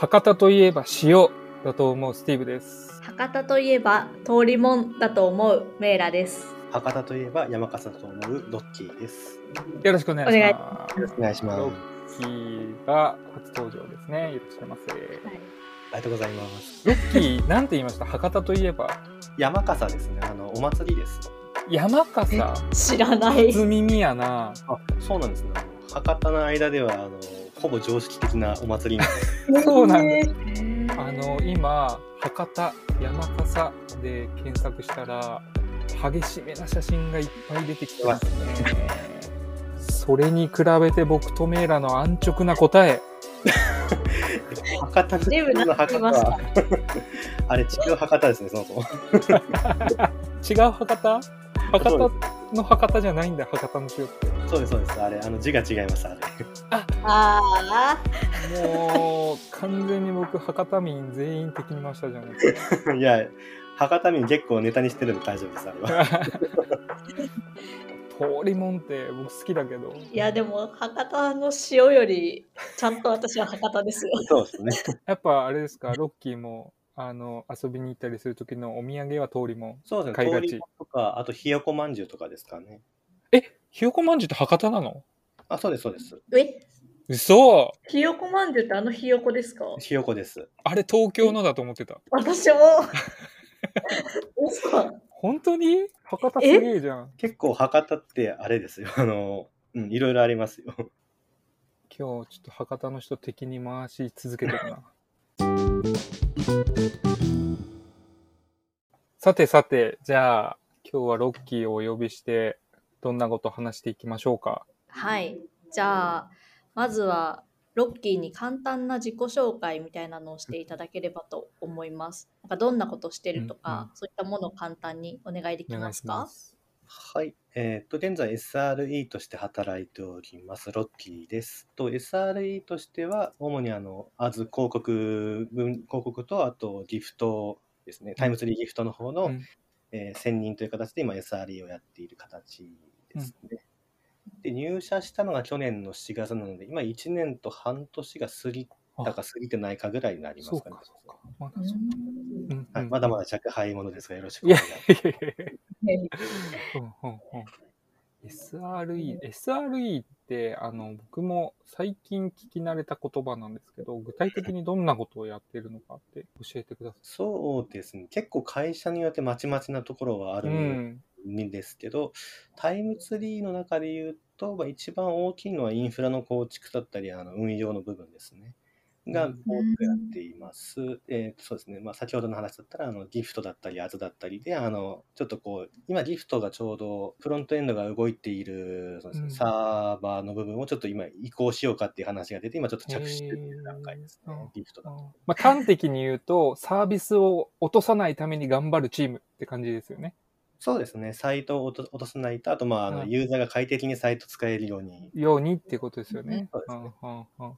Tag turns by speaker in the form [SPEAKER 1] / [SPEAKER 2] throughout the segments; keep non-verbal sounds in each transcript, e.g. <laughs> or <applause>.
[SPEAKER 1] 博多といえば塩だと思うスティーブです。
[SPEAKER 2] 博多といえば通りもんだと思うメイラです。
[SPEAKER 3] 博多といえば山笠だと思うロッキーです。
[SPEAKER 1] よろしくお願いします。
[SPEAKER 3] よろしくお願いします
[SPEAKER 1] ロッキーが初登場ですね。いらっしゃいませ。
[SPEAKER 2] はい、
[SPEAKER 3] ありがとうございます。
[SPEAKER 1] ロッキー、なんて言いました博多といえば、
[SPEAKER 3] 山笠ですね。あのお祭りです。
[SPEAKER 1] 山笠、
[SPEAKER 2] 知らない。
[SPEAKER 1] 初耳やな。
[SPEAKER 3] あ、そうなんですね。博多の間ではあのほぼ常識的なお祭りなんです。
[SPEAKER 1] そうなんであ
[SPEAKER 2] あ
[SPEAKER 1] の、今、博多、山笠で検索したら、激しめな写真がいっぱい出てきてますね。それに比べて僕とメイラの安直な答え。
[SPEAKER 3] <laughs> 博多の
[SPEAKER 2] 全部なくなりました
[SPEAKER 3] は <laughs> あれ地球博多ですね。そもそも。
[SPEAKER 1] 違う博多博多の博多じゃないんだ、博多の塩って。
[SPEAKER 3] そうですそうです。あれあの字が違います。あれ。
[SPEAKER 2] あ
[SPEAKER 1] もう、完全に僕、博多民全員敵に回したじゃないですか。
[SPEAKER 3] <laughs> いや博多民結構ネタにしてるの大丈夫です。あれは。
[SPEAKER 1] 通りもんって僕好きだけど。
[SPEAKER 2] ーいやでも博多の塩よりちゃんと私は博多ですよ。
[SPEAKER 3] <laughs> そうですね。
[SPEAKER 1] やっぱあれですか、ロッキーも、あの、遊びに行ったりする時のお土産は通りもん。
[SPEAKER 3] そうです
[SPEAKER 1] 買い
[SPEAKER 3] ね。
[SPEAKER 1] が
[SPEAKER 3] 通
[SPEAKER 1] ち
[SPEAKER 3] りもんとかあとひよこ饅頭とかですかね。
[SPEAKER 1] え、ひよこまんじゅうって博多なの
[SPEAKER 3] あ、そうですそうです。
[SPEAKER 2] <laughs> え
[SPEAKER 1] 嘘
[SPEAKER 2] ひよこまんじゅうってあのひよこですか
[SPEAKER 3] ひよこです。
[SPEAKER 1] あれ東京のだと思ってた。
[SPEAKER 2] 私も。 <laughs> 嘘
[SPEAKER 1] 本当に博多すげえじゃん。
[SPEAKER 3] 結構博多ってあれですよ。 <laughs> あの、うん、いろいろありますよ。
[SPEAKER 1] 今日ちょっと博多の人敵に回し続けてるなさてさてじゃあ今日はロッキーをお呼びしてどんなこと話していきましょうか
[SPEAKER 2] はい。じゃあまずはロッキーに簡単な自己紹介みたいなのをしていただければと思います。なんかどんなことしてるとか、
[SPEAKER 1] うんうん
[SPEAKER 2] そういったものを簡単にお願いでき
[SPEAKER 1] お願
[SPEAKER 2] ま
[SPEAKER 1] い
[SPEAKER 2] す
[SPEAKER 1] し
[SPEAKER 2] か
[SPEAKER 1] ます
[SPEAKER 3] はい。えっと、現在 SRE として働いております、ロッキーです。と、SRE としては、主にあの、アズ広告、分広告と、あとギフトですね、タイムツリーギフトの方の、
[SPEAKER 1] うん
[SPEAKER 3] えー専任という形で今 SRE をやっている形ですね。で、入社したのが去年の4月なので、今1年と半年が過ぎたか過ぎてないかぐらいになりま
[SPEAKER 1] そう
[SPEAKER 3] すか
[SPEAKER 1] か
[SPEAKER 3] ね。
[SPEAKER 1] そうかまだ
[SPEAKER 2] う
[SPEAKER 1] そうんうん
[SPEAKER 3] はい、まだ
[SPEAKER 1] <laughs>
[SPEAKER 3] まだ着配ものですが、よろしくお
[SPEAKER 1] いや
[SPEAKER 3] 願い
[SPEAKER 1] い
[SPEAKER 3] します。
[SPEAKER 1] やいやいやうんうんうん SRE、SRE ってあの僕も最近聞き慣れた言葉なんですけど、具体的にどんなことをやってるのかって教えてくださ
[SPEAKER 3] そうですね。結構会社によってまちまちなところはあ
[SPEAKER 1] い。う
[SPEAKER 3] る
[SPEAKER 1] ん。
[SPEAKER 3] んですけど、タイムツリーの中で言うと、まあ、一番大きいのはインフラの構築だったり、あの運用の部分ですね。が
[SPEAKER 1] う
[SPEAKER 3] 大
[SPEAKER 1] ん
[SPEAKER 3] きくやっています。えーそうですね。まあ、先ほどの話だったら、あのギフトだったり、アズだったりで、あの、ちょっとこう、今ギフトがちょうどフロントエンドが動いている、そうですね
[SPEAKER 1] うん
[SPEAKER 3] サーバーの部分をちょっと今移行しようかっていう話が出て、今ちょっと着手してる段階ですね
[SPEAKER 1] へー。
[SPEAKER 3] ギフトだと。
[SPEAKER 1] まあ、端的に言うと、サービスを落とさないために頑張るチームって感じですよね。
[SPEAKER 3] そうですね、サイトを落と落とさないと、あと、まあ、あ
[SPEAKER 1] う
[SPEAKER 3] の
[SPEAKER 1] ん
[SPEAKER 3] ユーザーが快適にサイト使えるように、
[SPEAKER 1] ようにっていうことですよね。
[SPEAKER 3] そうですね
[SPEAKER 1] うんうんうん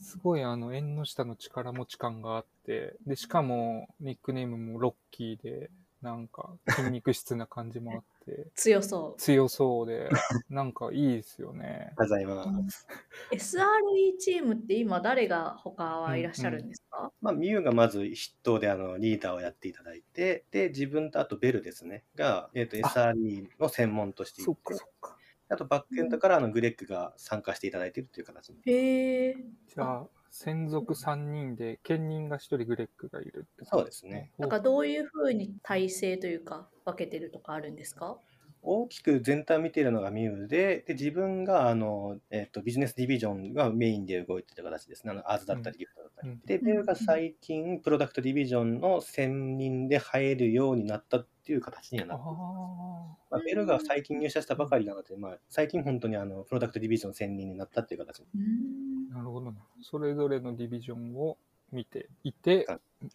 [SPEAKER 1] すごいあの縁の下の力持ち感があって、で、しかもニックネームもロッキーで、なんか筋肉質な感じもあって、 <laughs>
[SPEAKER 2] 強そ
[SPEAKER 1] 強そうで、なんかいいですよね。
[SPEAKER 3] ございます。
[SPEAKER 2] う。SRE チームって今誰が他はいらっしゃるんですか、
[SPEAKER 3] まあ、ミュウがまず筆頭であのリーダーをやっていただいて、で、自分とあとベルですね、が、えっと
[SPEAKER 1] あ
[SPEAKER 3] SRE の専門としていて
[SPEAKER 1] そっ、かそっか。
[SPEAKER 3] あとバックエンドからあのグレッグが参加していただいているという形に
[SPEAKER 2] へえ。
[SPEAKER 1] じゃあ、専属3人で、兼任が1人グレッグがいるって
[SPEAKER 3] そうですね。
[SPEAKER 2] なんかどういうふうに体制というか分けてるとかあるんですか
[SPEAKER 3] 大きく全体を見ているのがミュウで、で自分があの、えっとビジネスディビジョンがメインで動いている形ですね。あのアーズだったりギフトだったり。
[SPEAKER 1] うん
[SPEAKER 3] で、ベルが最近、プロダクトディビジョンの専任で入るようになったっていう形にはな
[SPEAKER 1] あ
[SPEAKER 3] ってます。
[SPEAKER 1] あ。
[SPEAKER 3] まあ、ベルが最近入社したばかりなので、まあ、最近本当にあのプロダクトディビジョン専任になったっていう形に。
[SPEAKER 2] うん
[SPEAKER 1] なるほどな。それぞれのディビジョンを見ていて、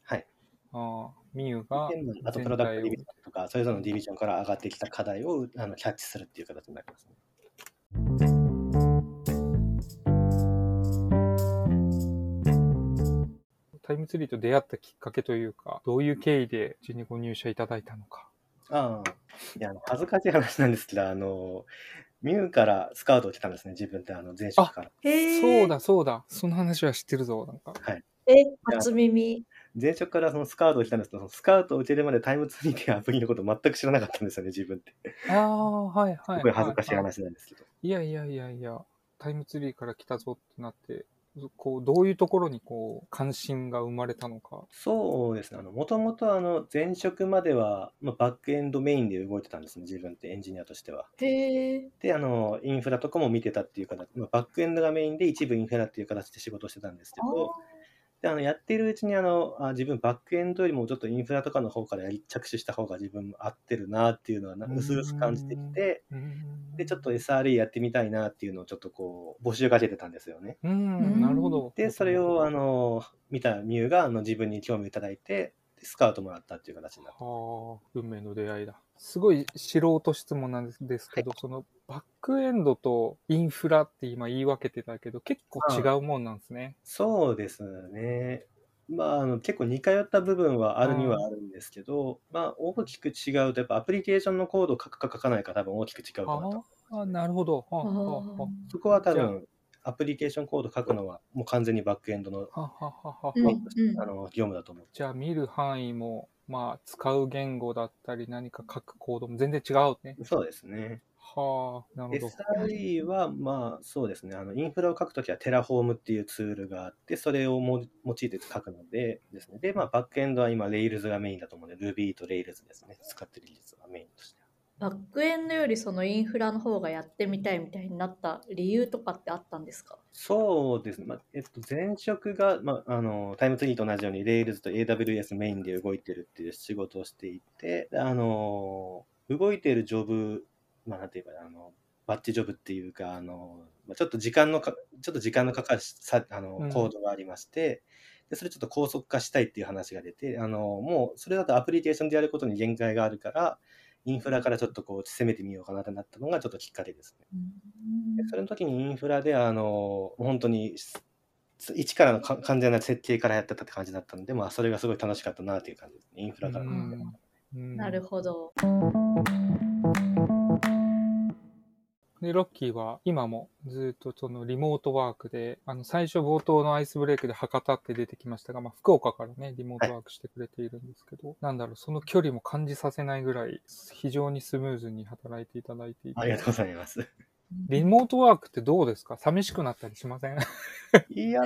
[SPEAKER 3] はい。
[SPEAKER 1] ああ、みゆが
[SPEAKER 3] であと、プロダクトディビジョンとか、それぞれのディビジョンから上がってきた課題をあのキャッチするっていう形になりますね。
[SPEAKER 1] タイムツリーと出会ったきっかけというか、どういう経緯でうちにご入社いただいたのか。
[SPEAKER 3] ああ、いや、あの恥ずかしい話なんですけど、あの、ミュウからスカウトを来たんですね、自分って、あの、前職から。
[SPEAKER 2] へえ。
[SPEAKER 1] そうだそうだ、その話は知ってるぞ、なんか。
[SPEAKER 3] はい。
[SPEAKER 2] え、初耳。
[SPEAKER 3] 前職からそのスカウトをしたんですけど、そのスカウトを受けるまでタイムツリーっていうアプリのこと全く知らなかったんですよね、自分って。
[SPEAKER 1] ああ、はいはいはい。
[SPEAKER 3] すごい恥ずかしい話なんですけど。
[SPEAKER 1] いやいやいやいや、タイムツリーから来たぞってなって、こう、どういうところにこう、関心が生まれたのか。
[SPEAKER 3] そうですね、もともとあの前職までは、まあ、バックエンドメインで動いてたんですね、自分ってエンジニアとしては。
[SPEAKER 2] へえ。
[SPEAKER 3] で、あのインフラとかも見てたっていう形、まあ、バックエンドがメインで一部インフラっていう形で仕事をしてたんですけ
[SPEAKER 2] あー
[SPEAKER 3] ど、であのやっているうちにあのあ自分バックエンドよりもちょっとインフラとかの方からやり着手した方が自分合ってるなっていうのはな
[SPEAKER 1] うん
[SPEAKER 3] 薄々感じてきて、
[SPEAKER 1] うん
[SPEAKER 3] で、ちょっと SRE やってみたいなっていうのをちょっとこう募集かけてたんですよね。
[SPEAKER 1] うん、なるほど。
[SPEAKER 3] で、それをあの見たミュウがあの自分に興味をいただいて、でスカウトもらったっていう形になって
[SPEAKER 1] はあ、運命の出会いだ。すごい素人質問なんですけど、そのバックエンドとインフラって今言い分けてたけど、結構違うもんなんですね。
[SPEAKER 3] そうですね。まあ、あの結構似通った部分はあるにはあるんですけど、まあ、大きく違うと、やっぱアプリケーションのコードを書くか書かないか多分大きく違うかなと。
[SPEAKER 1] ああ、なるほど。はあ、は
[SPEAKER 3] そこは多
[SPEAKER 1] じゃあ
[SPEAKER 3] 分、アプリケーションコード書くのはもう完全にバックエンドの,、
[SPEAKER 1] あ、はあ、はあ、はあ。
[SPEAKER 2] うんうん
[SPEAKER 3] あの業務だと思う。
[SPEAKER 1] じゃあ見る範囲も、まあ、使う言語だったり、何か書くコードも全然違うね。
[SPEAKER 3] そうですね。
[SPEAKER 1] はあ、なるほど。
[SPEAKER 3] SRE は、まあそうですね、あのインフラを書くときはテラフォームっていうツールがあって、それをも用いて書くのでですね、で、まあ、バックエンドは今、Rails がメインだと思うので、Ruby と Rails ですね、使ってる技術がメインとして。
[SPEAKER 2] バックエンドよりそのインフラの方がやってみたいみたいになった理由とかってあったんですか
[SPEAKER 3] そうですね、まあえっと、前職が、まあ、あのタイムツリーと同じように Rails と AWS メインで動いてるっていう仕事をしていて、であの動いてるジョブ、まあ、なんていうかなあの、バッチジョブっていうか、あのまあ、ちょっと時間のか、ちょっと時間のかかるさあの
[SPEAKER 1] うん
[SPEAKER 3] コードがありまして、で、それちょっと高速化したいっていう話が出て、あのもうそれだとアプリケーションでやることに限界があるから、インフラからちょっとこう攻めてみようかなってなったのがちょっときっかけですね。でそれの時にインフラで、あの、本当に、す一からのか完全な設計からやってたって感じだったので、まあ、それがすごい楽しかったなっていう感じですね。インフラからの。
[SPEAKER 1] うんうん
[SPEAKER 2] なるほど。
[SPEAKER 1] で、ロッキーは今もずっとそのリモートワークで、あの、最初冒頭のアイスブレイクで博多って出てきましたが、まあ、福岡からね、リモートワークしてくれているんですけど、なんだろう、その距離も感じさせないぐらい、非常にスムーズに働いていただいてい
[SPEAKER 3] ありが
[SPEAKER 1] て
[SPEAKER 3] とう、ございます。 <laughs>
[SPEAKER 1] リモートワークってどうですか寂しくなったりしません
[SPEAKER 3] いや、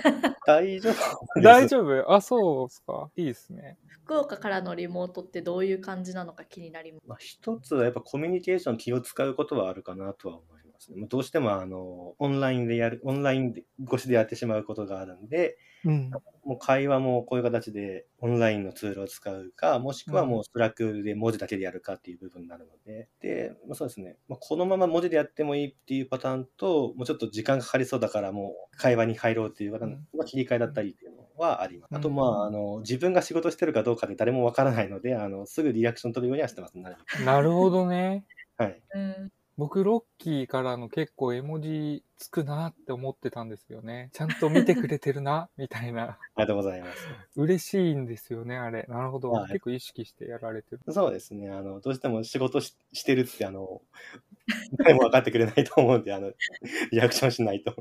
[SPEAKER 3] 大丈夫です。
[SPEAKER 1] <laughs> 大丈夫あ、そうですかいいですね。
[SPEAKER 2] 福岡からのリモートってどういう感じなのか気になります。
[SPEAKER 3] まあ、一つはやっぱコミュニケーション気を使うことはあるかなとは思いますね。もうどうしてもあのオンラインでやる、オンラインで越しでやってしまうことがあるんで、
[SPEAKER 1] うん。
[SPEAKER 3] もう会話もこういう形でオンラインのツールを使うか、もしくはもうスラックで文字だけでやるかっていう部分になるので、で、まあ、そうですね、まあ、このまま文字でやってもいいっていうパターンと、もうちょっと時間かかりそうだから、もう会話に入ろうっていうパターンの切り替えだったりっていうのはあります。
[SPEAKER 1] うん
[SPEAKER 3] あと、まあ、あの、自分が仕事してるかどうかで誰もわからないので、あの、すぐリアクション取るようにはしてます、なるべ
[SPEAKER 1] なるほどね。
[SPEAKER 3] くはい。
[SPEAKER 2] うん、
[SPEAKER 1] 僕、ロッキーからの結構絵文字つくなって思ってたんですよね。ちゃんと見てくれてるな、みたいな。
[SPEAKER 3] ありがとうございます。
[SPEAKER 1] 嬉しいんですよね、あれ。なるほど。
[SPEAKER 3] はい
[SPEAKER 1] 結構意識してやられてる。
[SPEAKER 3] そうですね。あの、どうしても仕事ししてるって、あの、誰も分かってくれないと思うんで、あの、リアクションしないと。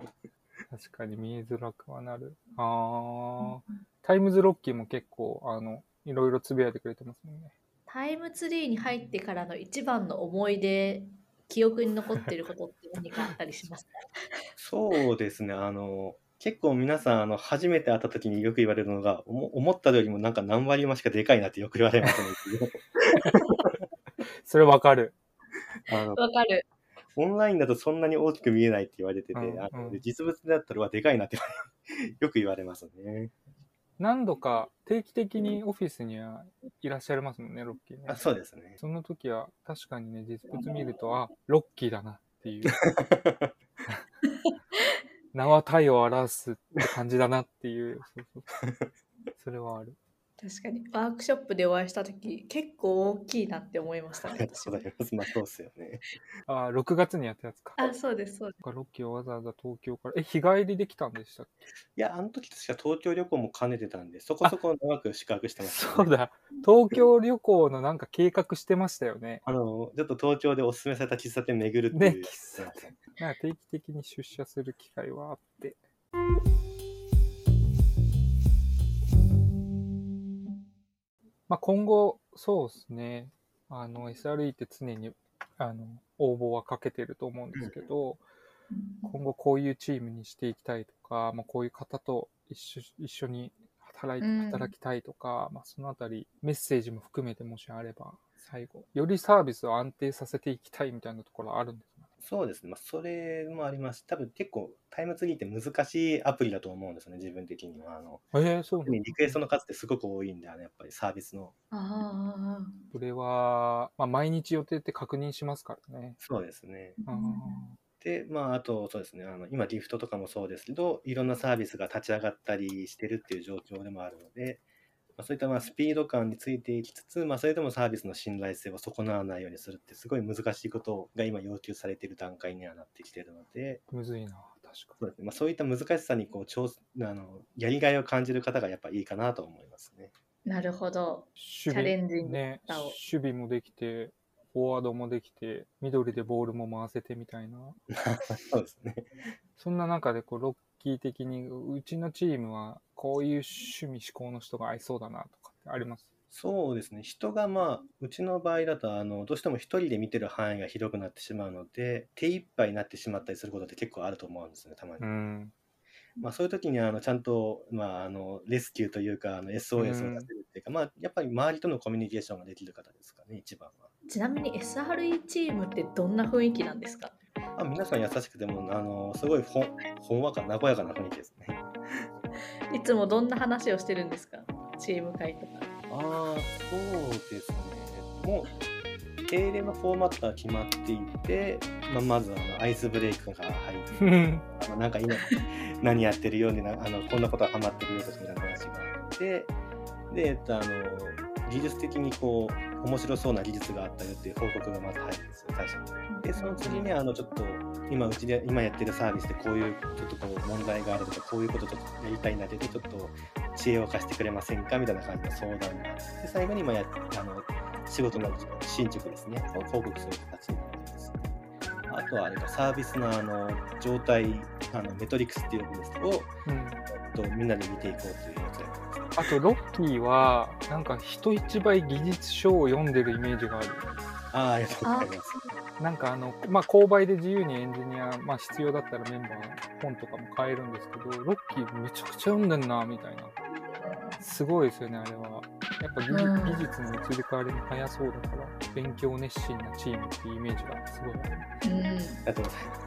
[SPEAKER 1] 確かに見えづらくはなる。あー。タイムズロッキーも結構、あの、いろいろつぶやいてくれてますもんね。
[SPEAKER 2] タイムツリーに入ってからの一番の思い出、記憶に残ってることって何かあったりしますか
[SPEAKER 3] そうですね。あの、結構皆さん、あの、初めて会った時によく言われるのが、おも思ったよりもなんか何割増しかでかいなってよく言われますね。
[SPEAKER 1] <laughs> それわかる。
[SPEAKER 3] あの、
[SPEAKER 2] わかる。
[SPEAKER 3] オンラインだとそんなに大きく見えないって言われてて、
[SPEAKER 1] うん
[SPEAKER 3] あの
[SPEAKER 1] うん
[SPEAKER 3] 実物だったらうわでかいなって言われよく言われますね。
[SPEAKER 1] 何度か定期的にオフィスにはいらっしゃいますもんね、ロッキーね。
[SPEAKER 3] あ、そうですね。
[SPEAKER 1] その時は確かにね、実物見ると、あ、ロッキーだなって
[SPEAKER 3] <laughs>
[SPEAKER 1] いう。名は体を表すって感じだなっていう。そうそうそれはある。
[SPEAKER 2] 確かに。ワークショップでお会いした時、結構大きいなって思いました
[SPEAKER 3] あ
[SPEAKER 2] ね。
[SPEAKER 3] りがとうございます。まあ、そうですよね。
[SPEAKER 1] あー、6月にやったやつか。
[SPEAKER 2] あ、そうです、そうです。
[SPEAKER 1] ロッキーはわざわざ東京から。え、日帰りできたんでしたっ
[SPEAKER 3] いや、あの時確か東京旅行も兼ねてたんで、そこそこ長く宿泊して
[SPEAKER 1] け
[SPEAKER 3] ました、
[SPEAKER 1] <laughs> そう。だ。東京旅行のなんか計画してましたよね。
[SPEAKER 3] あの、ちょっと東京でおすすめされた喫茶店巡るっていう。
[SPEAKER 1] ね、喫茶店。なんか定期的に出社する機会はあって。まあ、今後、そうですね。あの、SRE って常に、あの、応募はかけてると思うんですけど、今後こういうチームにしていきたいとか、まあ、こういう方と一緒一緒に働い
[SPEAKER 2] うん
[SPEAKER 1] 働きたいとか、まあ、そのあたりメッセージも含めてもしあれば最後よりサービスを安定させていきたいみたいなところあるんですかね
[SPEAKER 3] そうですね、まあ、それもあります多分結構タイムツリーって難しいアプリだと思うんですよね自分的にはあの
[SPEAKER 1] ええそうなん
[SPEAKER 3] 特
[SPEAKER 1] だ
[SPEAKER 3] にリクエストの数ってすごく多いんであのやっぱりサービスの
[SPEAKER 2] ああ。
[SPEAKER 1] これは、まあ、毎日予定って確認しますからね。
[SPEAKER 3] そうですね
[SPEAKER 1] あー
[SPEAKER 3] でまああとそうですねあの今ギフトとかもそうですけどいろんなサービスが立ち上がったりしてるっていう状況でもあるので、まあ、そういったまあスピード感についていきつつ、まあ、それでもサービスの信頼性を損なわないようにするってすごい難しいことが今要求されている段階にはなってきているので、
[SPEAKER 1] むずいな、確か
[SPEAKER 3] そうですねまあ、そういった難しさにこう挑戦あのやりがいを感じる方がやっぱいいかなと思いますね。 <laughs>
[SPEAKER 2] なるほど。
[SPEAKER 1] に。
[SPEAKER 2] チャレンジング
[SPEAKER 1] ね、
[SPEAKER 2] な
[SPEAKER 1] 守備もできて、フォワードもできて、緑でボールも回せてみたいな。
[SPEAKER 3] そうですね。
[SPEAKER 1] そんな中でこうロッキー的に、うちのチームはこういう趣味思考の人が合いそうだなとかってあります。
[SPEAKER 3] そうですね。人がまあ、うちの場合だと、あの、どうしても一人で見てる範囲が広くなってしまうので、手一杯になってしまったりすることって結構あると思うんですね、たまに。
[SPEAKER 1] うん。
[SPEAKER 3] まあ、そういう時に、あの、ちゃんと、まあ、あの、レスキューというか、あの、SOS を出せるっていうか、まあ、やっぱり周りとのコミュニケーションができる方ですかね、一番は。
[SPEAKER 2] ちなみに SRE チームってどんな雰囲気なんですか
[SPEAKER 3] まあ、皆さん優しくても、あの、すごいほん、ほんわか、和やかな雰囲気ですね。
[SPEAKER 2] いつもどんな話をしてるんですかチーム会とか。
[SPEAKER 3] ああ、そうですね。もう、定例のフォーマットは決まっていて、まあ、まずあのアイスブレイクから入って、まあ、なんか今、何やってるようにな、あのこんなことはハマってるようですみたいな話があって、で、えっと、あの、技術的にこう、面白そうな技術があったよっていう報告がまず入るんですよ、最初に。で、その次に、あの、ちょっと、今、うちで、今やってるサービスでこういう、ちょっとこう、問題があるとか、こういうことちょっとやりたいんだけど、ちょっと、知恵を貸してくれませんかみたいな感じの相談があって、で最後に、今や、あの、仕事の進捗ですね、を報告する形になってます。あとは、あれか、サービスの、あの、状態、あの、メトリクスっていう部分ですけど、
[SPEAKER 1] うん
[SPEAKER 3] えっとみんなで見ていこうというやつやってます。
[SPEAKER 1] あと、ロッキーは、なんか人一倍技術書を読んでるイメージがある。
[SPEAKER 3] ああ、ありがとうございます。
[SPEAKER 1] なんかあの、まあ、購買で自由にエンジニア、まあ、必要だったらメンバー、本とかも買えるんですけど、ロッキーめちゃくちゃ読んでんな、みたいな。すごいですよね、あれは。やっぱ技,、
[SPEAKER 2] うん
[SPEAKER 1] 技術の移り変わりも早そうだから、勉強熱心なチームっていうイメージがすごいある。
[SPEAKER 2] うん
[SPEAKER 3] ありがとうございます。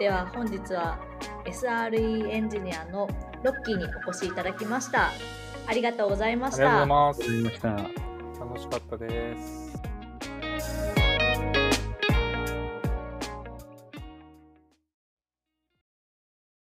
[SPEAKER 2] では本日は SRE エンジニアのロッキーにお越しいただきました。ありがとうござい
[SPEAKER 1] あ
[SPEAKER 2] ま
[SPEAKER 1] り
[SPEAKER 2] し
[SPEAKER 1] がとうござい。
[SPEAKER 2] た
[SPEAKER 1] ます。
[SPEAKER 3] した。
[SPEAKER 1] 楽しかったです。